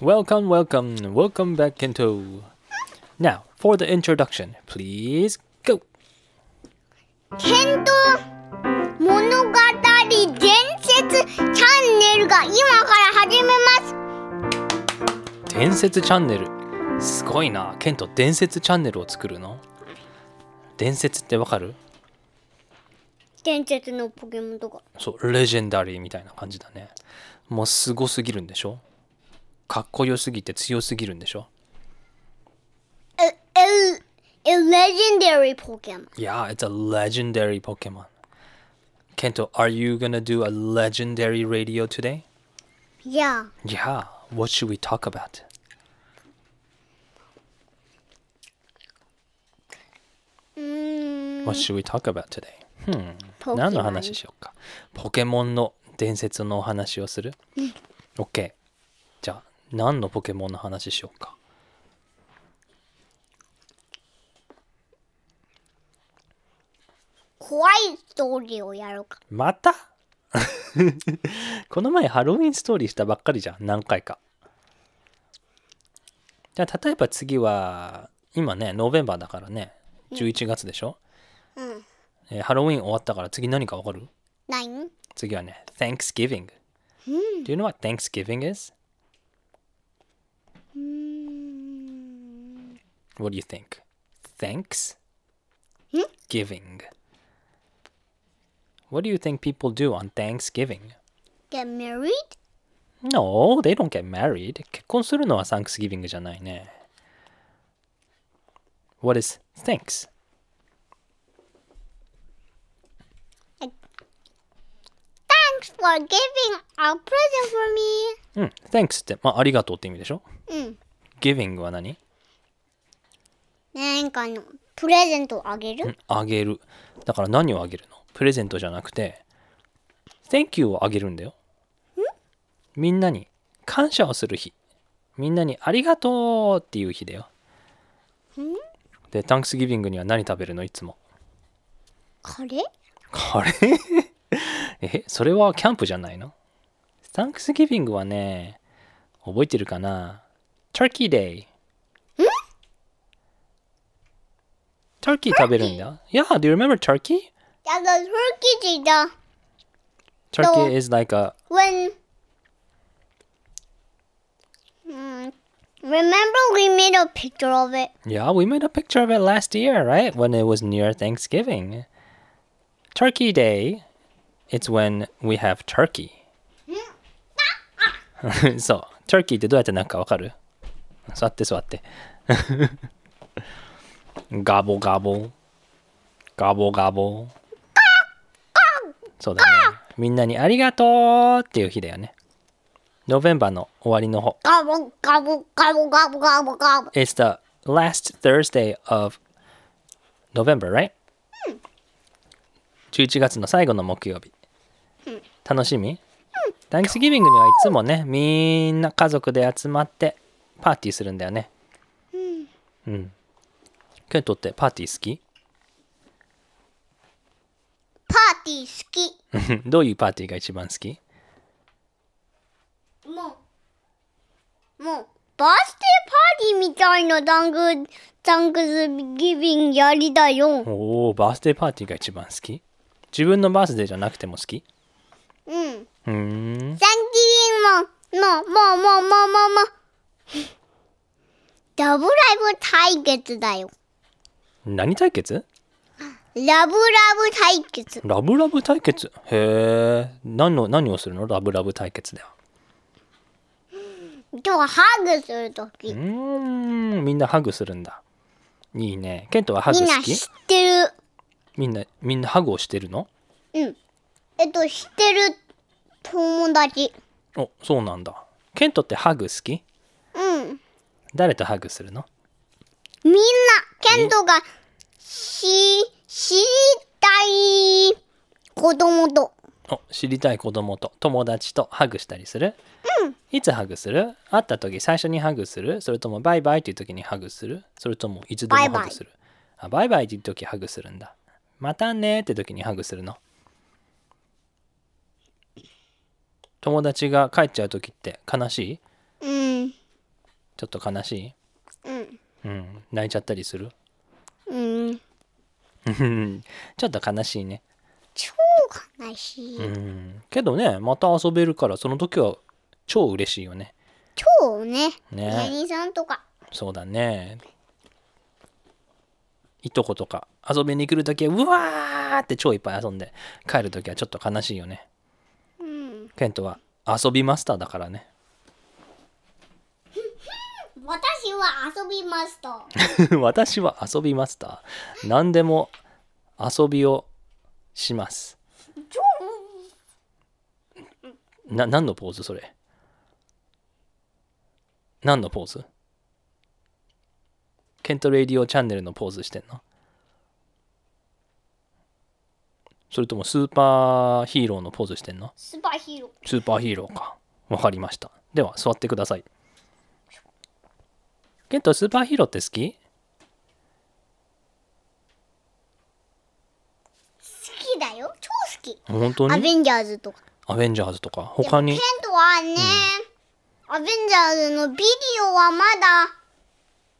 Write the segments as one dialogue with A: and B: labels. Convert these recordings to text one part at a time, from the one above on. A: Welcome, welcome, welcome back, Kento. Now, for the introduction, please go.
B: 剣道物語伝説チャンネルが今から始めます
A: 伝説チャンネル。すごいな。ケント、伝説チャンネルを作るの伝説ってわかる
B: 伝説のポケモンとか
A: そう、レジェンダリーみたいな感じだね。もうすごすぎるんでしょかっこよすぎて強すぎるんでしょ
B: えええレジェンダリーポケモン
A: Yeah, it's a legendary Pokemon. Kento, are you gonna do a legendary radio today?
B: いや
A: Yeah, what should we talk about?
B: うーん
A: What should we talk about today?
B: ポケモン
A: 何の話しようかポケモンの伝説のお話をする ?OK。じゃあ、何のポケモンの話しようか
B: 怖いストーリーをやろうか
A: また この前ハロウィンストーリーしたばっかりじゃん何回かじゃあ例えば次は今ねノーベンバーだからね11月でしょ、
B: うん
A: えーハロウィン終わったから次何かわかる
B: ないん
A: 次はね Thanksgiving、Do you know what Thanksgiving is?
B: うーん
A: What do you think? Thanks? Giving. What do you think people do on Thanksgiving?
B: Get married?
A: No, they don't get married. 結婚するのは Thanksgiving じゃないね。What is thanks?
B: Thanks for giving a present
A: う
B: for
A: ん、thanks って、まあ、ありがとうって意味でしょ
B: me うん
A: ?giving は何
B: なんかのプレゼントあげる、
A: うんあげる。だから何をあげるのプレゼントじゃなくて、Thank you をあげるんだよ。みんなに感謝をする日。みんなにありがとうっていう日だよ。で、Thanksgiving には何食べるのいつも。
B: カレー
A: カレー え、それはキャンプじゃないのサンクスギビングはね、覚えてるかな ?Turkey Day。ん ?Turkey 食べるんだ。Yeah, do you remember turkey?
B: だからそれ記事だ
A: Turkey is like a.
B: when Mm, remember we made a picture of it
A: Yeah, we made a picture of it last year, right? When it was near Thanksgiving. Turkey Day, it's when we have turkey. そう、turkey ってどうやってなんかわかる座って座って。 ガボガボ。ガボガボ。そうだね。みんなにありがとうっていう日だよね。ノベンバーの終わりの方。
B: gobble gobble gobble gobble gobble gobble
A: It's the last Thursday of November, right? 11月の最後の木曜日。楽しみ ?Thanksgiving にはいつもね、みんな家族で集まってパーティーするんだよね。うん。ケントってパーティー好き
B: パーティー好き
A: どういうパーティーが一番好き
B: もうもうバースデーパーティーみたいなダングダングズギビングやりだようん
A: おお、バースデーパーティーが一番好き自分のバースデーじゃなくても好き
B: サンギ
A: うーん。
B: ビンももうもうもうもうもうもうラブライブ対決だよ
A: 何対決
B: ラブラブ対決
A: ラブラブ対決へえ何の何をするのラブラブ対決では
B: 今日はハグするとき
A: うーんみんなハグするんだいいねケントはハグ
B: みんな
A: 好
B: 知
A: き
B: ってる。
A: みんなみんなハグをしてるの
B: うん。えっと、知ってる友達。
A: おそうなんだケントってハグ好き
B: うん。
A: 誰とハグするの
B: みんな、ケントがし、知りたい子供と。
A: お知りたい子供と友達とハグしたりするいつハグする会った時最初にハグするそれともバイバイっていう時にハグするそれともいつでもハグするあバイバイっていう時ハグするんだまたねーって時にハグするの友達が帰っちゃう時って悲しい
B: うん。
A: ちょっと悲し
B: うん
A: いうん泣いちゃったりする
B: うん
A: ちょっと悲しいね
B: 超悲しい、
A: うんけどねまた遊べるからその時は超嬉しいよね
B: 超ね
A: ね
B: 芸人さんとか
A: そうだねいとことか遊びに来る時はうわーって超いっぱい遊んで帰る時はちょっと悲しいよね
B: うん
A: ケントは遊びマスターだからね
B: 私は遊びました
A: 私は遊びマスター何でも遊びをします
B: 超
A: な何のポーズそれ何のポーズケントレイディオチャンネルのポーズしてんのそれともスーパーヒーローのポーズしてんの
B: スーパーヒーロー
A: スーパーヒーローかわかりましたでは座ってくださいケントスーパーヒーローって好き
B: 好きだよ超好き
A: 本当
B: ア
A: に
B: ベンジャーズとか
A: アベンジャーズとか他
B: ケン
A: に
B: トはね、アベンジャーズのビデオはまだ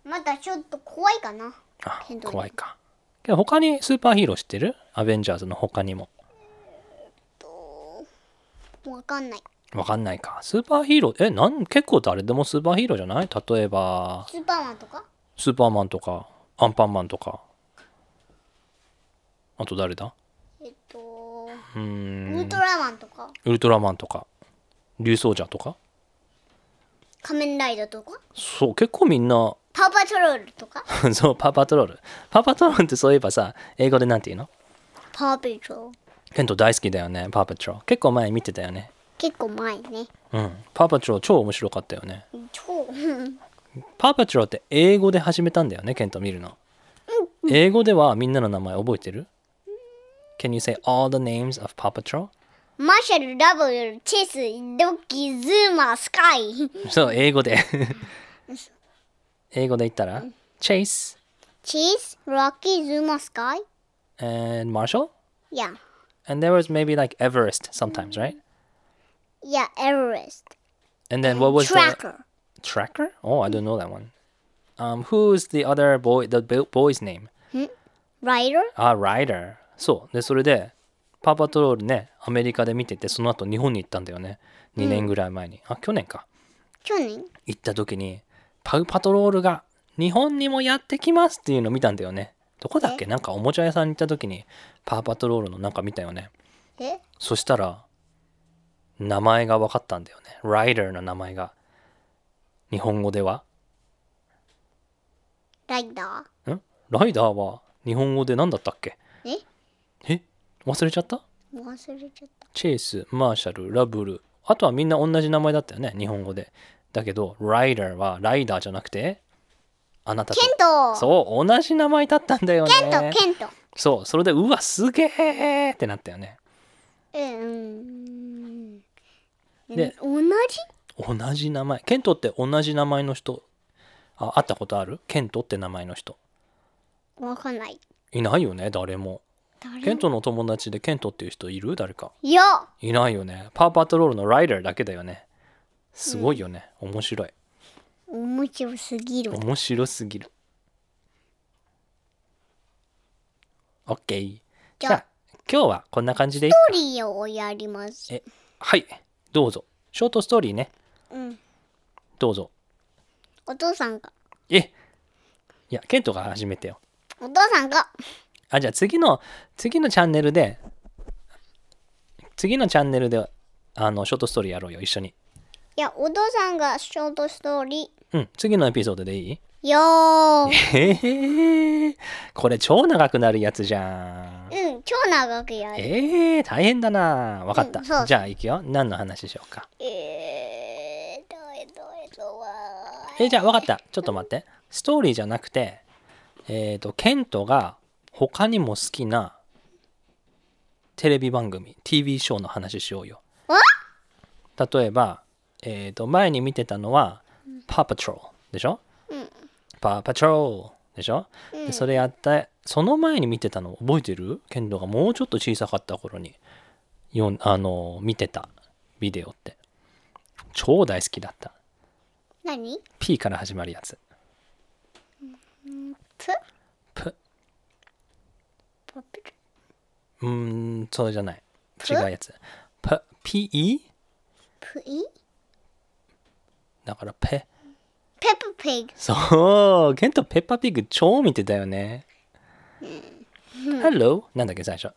B: まだちょっと怖いかな
A: あ
B: ケント
A: 怖いかけど他にスーパーヒーロー知ってるアベンジャーズの他にも
B: わかんない
A: わかんないか。スーパーヒーロー、え、なん、結構誰でもスーパーヒーローじゃない例えば、
B: スーパーマンとか
A: スーパーマンとか、アンパンマンとか。あと誰だ
B: えっと
A: うーん、
B: ウルトラマンとか
A: ウルトラマンとか、竜奏者とか。
B: 仮面ライダーとか
A: そう、結構みんな、
B: パウパトロールとか
A: そう、パーパトロール。パーパトロールってそういえばさ、英語でなんて言うの
B: パーペトロール
A: ケント大好きだよね、パーパトロール。結構前見てたよね。
B: 結構前ね
A: うん。パーパトロール超面白かったよね。
B: 超うん
A: パーパトロールって英語で始めたんだよねケント見るの英語ではみんなの名前覚えてる Can you say all the names of Paw Patrol?
B: マーシャルラブルチェスドッキーズーマースカイ
A: そう、英語で。英語で言ったら、Chase
B: チェスロッキーズーマースカイ
A: and Marshall
B: いや
A: and there was maybe like Everest sometimes, right?
B: いやエベレス
A: And then what
B: ト
A: was
B: トラッ
A: the
B: カー
A: Tracker? Oh, I don't know that one. Um, who's the other boy? The bo- boy's name?
B: ライダー
A: あ、ライダー。そう。で、それで、パーパトロールね、アメリカで見てて、その後日本に行ったんだよね。2年ぐらい前に。あ、去年か。
B: 去年
A: 行った時に、パウパトロールが日本にもやってきますっていうの見たんだよね。どこだっけなんかおもちゃ屋さんに行った時に、パーパトロールのなんか見たよね。
B: え
A: そしたら、名前が分かったんだよね。ライダーの名前が。日本語では。
B: ライダ
A: んライダーは日本語で何だったっけ
B: ーえ
A: え忘れちゃった
B: 忘れちゃった
A: チェイス、マーシャル、ラブル。あとはみんな同じ名前だったよね、日本語で。だけど、ライダーはライダーじゃなくて、あなたと
B: ケ。ント
A: そう、同じ名前だったんだよね。
B: ケントケント
A: そう、それで、うわ、すげえってなったよね。
B: うん
A: で
B: 同じ
A: 同じ名前。ケントって同じ名前の人。あ、会ったことあるケントって名前の人。
B: わかんない
A: いないよね、誰も。
B: 誰
A: ケントの友達でケントっていう人いる誰か。
B: いや
A: いないよね。パーパトロールのライダーだけだよね。すごいよね。面白い。
B: 面白すぎる
A: 面白すぎる。OK。じ
B: じ
A: ゃ
B: ゃ
A: あ
B: あ、
A: 今日はこんな感じでいい
B: トリオをやります
A: え、はい。どうぞ。ショートストーリーね。
B: うん
A: どうぞ。
B: お父さんが
A: え、いや、ケントが始めてよ。
B: お父さんが
A: あ、じゃあ次の、次のチャンネルで、次のチャンネルで、あの、ショートストーリーやろうよ、一緒に。
B: いやお父さんがショートストーリ
A: うん、次のエピソードでいい
B: ーよー
A: えー、これ超長くなるやつじゃん。
B: うん超長くやる
A: えー、大変だな。わかった。
B: うんそう
A: じゃあ行くよ。何の話しようか。
B: えーとえっとえっとわー
A: えじゃあ分かったちょっと待ってストーリーじゃなくてえっ、とケントが他にも好きなテレビ番組 TV ショーの話しようよ例えばえっ、と前に見てたのは「パーパトロール」でしょ、パーパトロールでしょ、でそれやったその前に見てたの覚えてるケントがもうちょっと小さかった頃によんあの見てたビデオって超大好きだった
B: 何
A: P から始まるやつ
B: プ
A: プ
B: パプル
A: うーんそうじゃない違うやつプ PE
B: プイ
A: だからペ
B: ペップピッグ
A: そうケントペッパーピッグ超見てたよね Hello なんだっけ最初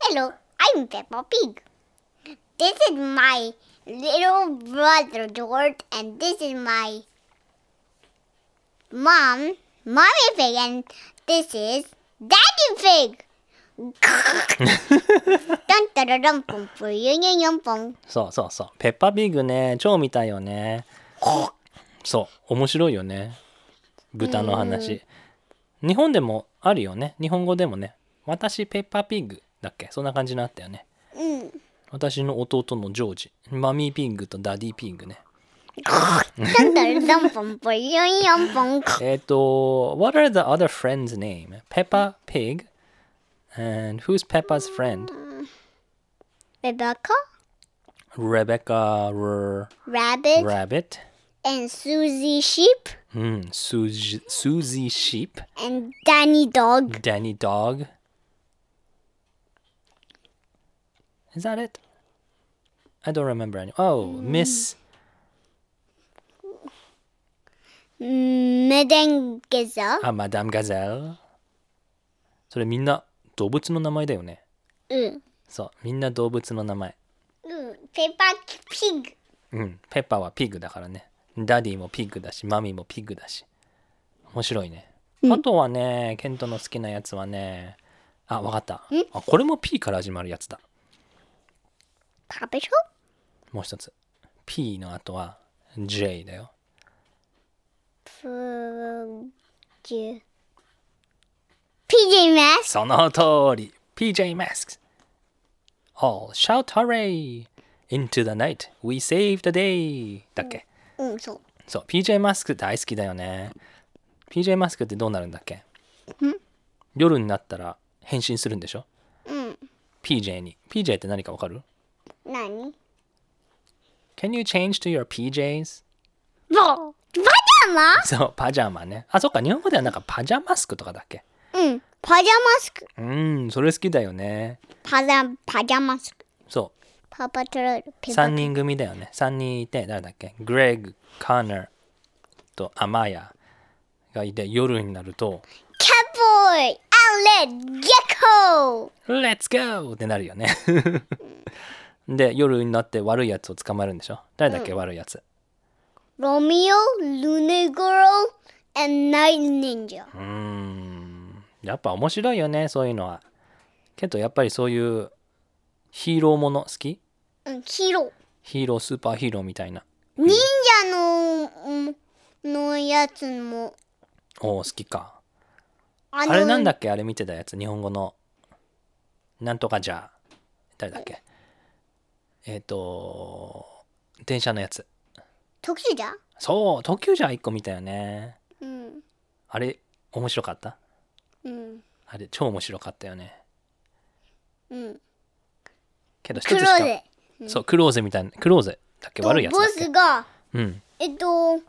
B: Hello, I'm Peppa Pig. This is my little brother George, and this is my mom, Mommy Pig, and this is Daddy Pig. dun dun dun dun pum pum yum yum yum pum.
A: そうそうそうペッパーピッグね超見たよねそう面白いよね豚の話日本でもあるよね日本語でもね私ペッパーピッグだっけそんな感じのあったよね
B: Mm.
A: 私の弟のジョージマミーピングとダディピングね
B: dun dun dun pum pum yum yum pum.
A: えっと What are the other friends name? Peppa Pig and who's Peppa's friend?
B: Rebecca,
A: Rebecca R-
B: Rabbit,
A: Rabbit
B: and Susie Sheep,
A: うん Suzy Suzy Sheep
B: and Danny Dog.
A: Danny Dog Is that it? I don't remember any Oh Miss
B: Medengiza.
A: あマダムガゼル ah, それみんな動物の名前だよね
B: Mm.
A: そう、みんな動物の名前。
B: うん、ペッパーピッグ。
A: うん、ペッパーはピッグだからね。ダディもピッグだし、マミーもピッグだし。面白いね。あとはね、ケントの好きなやつはね、あ、わかった。あ、これも P から始まるやつだ。
B: カペショ
A: もう一つ。P の後は J だよ。
B: プジュ。PJ マス
A: その通り !PJ Masks! All shout hooray! Into the night, we save the day! だっけ、
B: うん、そう。
A: そう、PJ マスク大好きだよね。PJ マスクってどうなるんだっけ夜になったら変身するんでしょ
B: うん。
A: ?PJ に。PJ って何かわかる
B: 何
A: ?Can you change to your PJs?
B: ボパジャマ
A: そう、パジャマね。あ、そっか、日本語ではなんかパジャマスクとかだっけ
B: うん。パジャマスク。
A: うーん、それ好きだよね。
B: パジャ、パジャマスク。
A: そ
B: パパトロール。
A: う、
B: ペッパ
A: 3人組だよね。3人いて、誰だっけグレグ、カーナーとアマヤがいて、夜になると、
B: キャッボーイアウレットゲコー
A: Let's go! ってなるよね。 で、夜になって悪いやつを捕まえるんでしょ誰だっけ、悪いやつ。
B: ロミオ、ルネゴロ、and ナイトニンジャ。
A: うーん。やっぱ面白いよね、そういうのは。けどやっぱりそういうヒーローもの好き
B: うん、ヒロ。
A: ヒーロー、スーパーヒーローみたいな。
B: 忍者の、うんのやつも。
A: おお、好きか。
B: あ
A: あ
B: の
A: れなんだっけあれ見てたやつ、日本語の。なんとかじゃ。誰だっけえっ、と、電車のやつ。
B: 特殊じゃん
A: そう、特急じゃ1個見たよね。
B: うん。
A: あれ、面白かった
B: うん。
A: あれ超面白かったよね。
B: うん。
A: けど一つ
B: ク
A: し
B: ロ
A: か
B: ーゼ。
A: そうクローゼみたいなクローゼだっけ悪いやつだ
B: ボ
A: っけ
B: スが、
A: うん
B: えっと、イン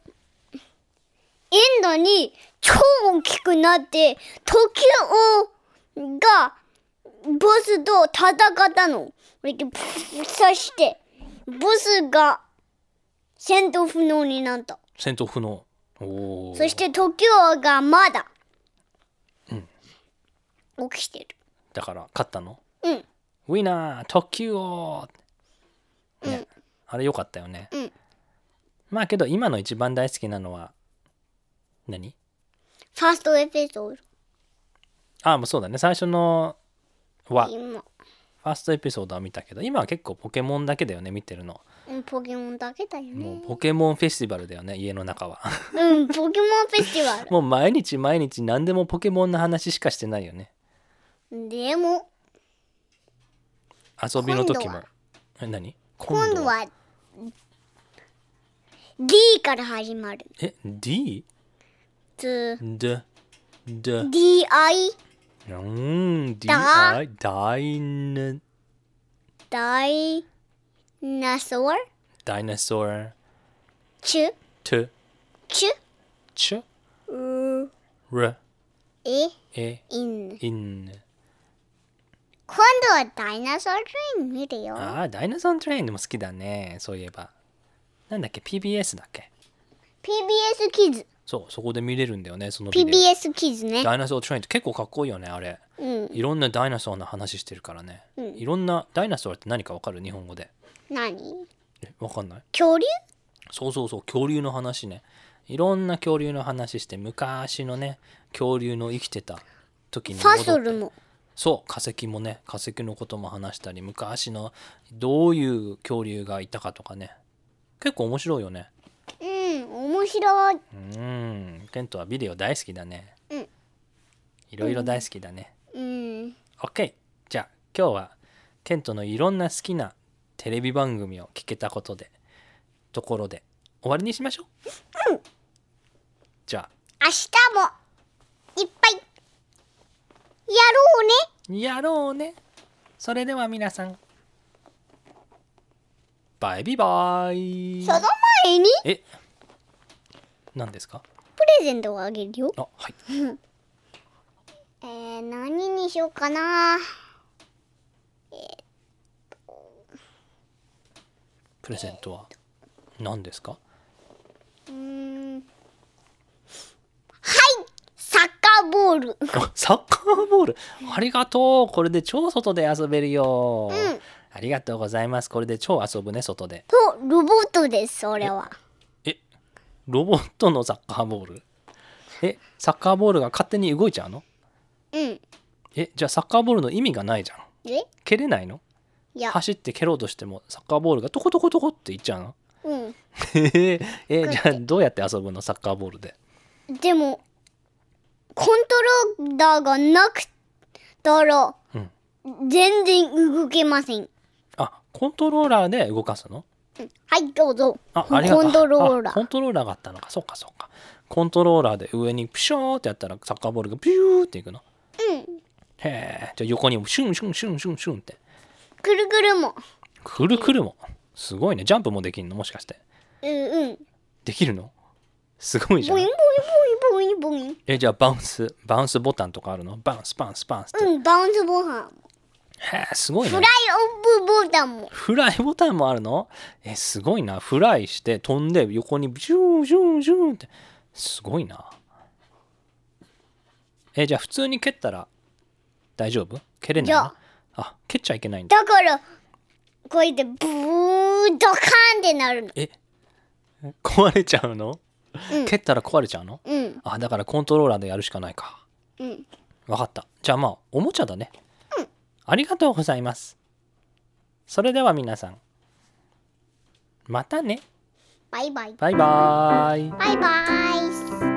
B: ドに超大きくなって、時をが、ボスと戦ったの。こうやってプッ刺して、ボスが戦闘不能になった。
A: 戦闘不能おお
B: そして時をがまだ、起きてる。
A: だから勝ったの
B: うん。
A: ウィナー特急王ね、あれ良かったよね、
B: うん
A: まあけど今の一番大好きなのは何
B: ファーストエピソー
A: ああもうそうだね最初のは
B: ド。
A: フ
B: 今、
A: ァーストエピソードは見たけど今は結構ポケモンだけだよね見てるの
B: うんポケモンだけだよ
A: もう
B: ね。
A: ポケモンフェスティバルだよね家の中は
B: うん、ポケモンフェスティバル。
A: もう毎日毎日何でもポケモンの話しかしてないよね
B: でも
A: 遊びの時もえ
B: 今度は
A: 何今
B: 今
A: 度
B: 度
A: は
B: は D から始まる
A: え D?
B: つ
A: D D
B: DI
A: うーん D
B: だ
A: I ダイナ
B: ダイナソー
A: ダイナソー
B: チュ
A: to
B: チ
A: ch
B: ュう
A: r
B: え
A: e
B: いん
A: in
B: 今度はダイナソートレイン見るよ
A: ああダイナソントレインでも好きだねそういえばなんだっけ PBS だっけ
B: PBS キッズ
A: そうそこで見れるんだよねそのビデ
B: PBS キッズ
A: オ
B: ね
A: ダイナソートレインって結構かっこいいよねあれ
B: うん
A: いろんなダイナソーの話してるからね、いろんなダイナソーって何かわかる日本語で
B: 何
A: えわかんない
B: 恐竜
A: そうそうそう恐竜の話ねいろんな恐竜の話して昔のね恐竜の生きてた時に
B: ファ
A: 戻
B: ソ
A: って
B: ルも
A: そう化石もね化石のことも話したり昔のどういう恐竜がいたかとかね結構面白いよね
B: うん面白い
A: うんケントはビデオ大好きだね
B: うん
A: いろいろ大好きだね、
B: うん
A: オッケーじゃあ今日はケントのいろんな好きなテレビ番組を聞けたことでところで終わりにしましょう、じゃ
B: 明日もいっぱいやろうね
A: あやろうねそれでは皆さんバイビーバイ
B: その前に
A: え何ですか
B: プレゼントをあげるよ
A: あはい
B: えー、何にしようかな
A: プレゼントは何ですか
B: うーんはいサッカーボール
A: あサッカーボールありがとうこれで超外で遊べるよ、
B: ん
A: ありがとうございますこれで超遊ぶね外で
B: とロボットですそれは
A: えロボットのサッカーボールえサッカーボールが勝手に動いちゃうの
B: うん
A: えじゃあサッカーボールの意味がないじゃん
B: え
A: 蹴れないの
B: いや
A: 走って蹴ろうとしてもサッカーボールがトコトコトコっていっちゃう の
B: うん
A: え
B: うやって
A: じゃあどうやって遊ぶのサッカーボールで
B: でもコントローラーがなくたら、
A: うん
B: 全然動けません
A: あコントローラーで動かすの
B: はいどうぞ
A: あありがとう
B: コントローラ
A: あコ
B: ー
A: ントローラーがあったのかそうかそうかコントローラーで上にプシューってやったらサッカーボールがピューっていくの
B: うん
A: へえじゃあ横にもシュンシュンシュンシュンシュンって
B: くるくるも
A: くるくるもすごいねジャンプもできるのもしかして
B: うんうん
A: できるのすごいじゃ
B: ボイン
A: ん
B: ボインボインボインボイン
A: えじゃあバウンスバウンスボタンとかあるのバウンスバウンスバウンスって、
B: うんバウンスボタン
A: へえすごい
B: フラ
A: ね
B: イオブボタンも
A: フライボタンもあるのえすごいなフライして飛んで横にビューンシュンシュンってすごいなえじゃあ普通に蹴ったら大丈夫蹴れない
B: い
A: の
B: や
A: あ蹴っちゃいけないんだ
B: だからこうやってブードカーンってなるの
A: え壊れちゃうの、
B: うん
A: 蹴ったら壊れちゃうの
B: うん
A: あだからコントローラーでやるしかないか
B: うん
A: わかったじゃあまあおもちゃだね、ありがとうございますそれでは皆さんまたね
B: バイバイ
A: バイバーイ
B: バイバイ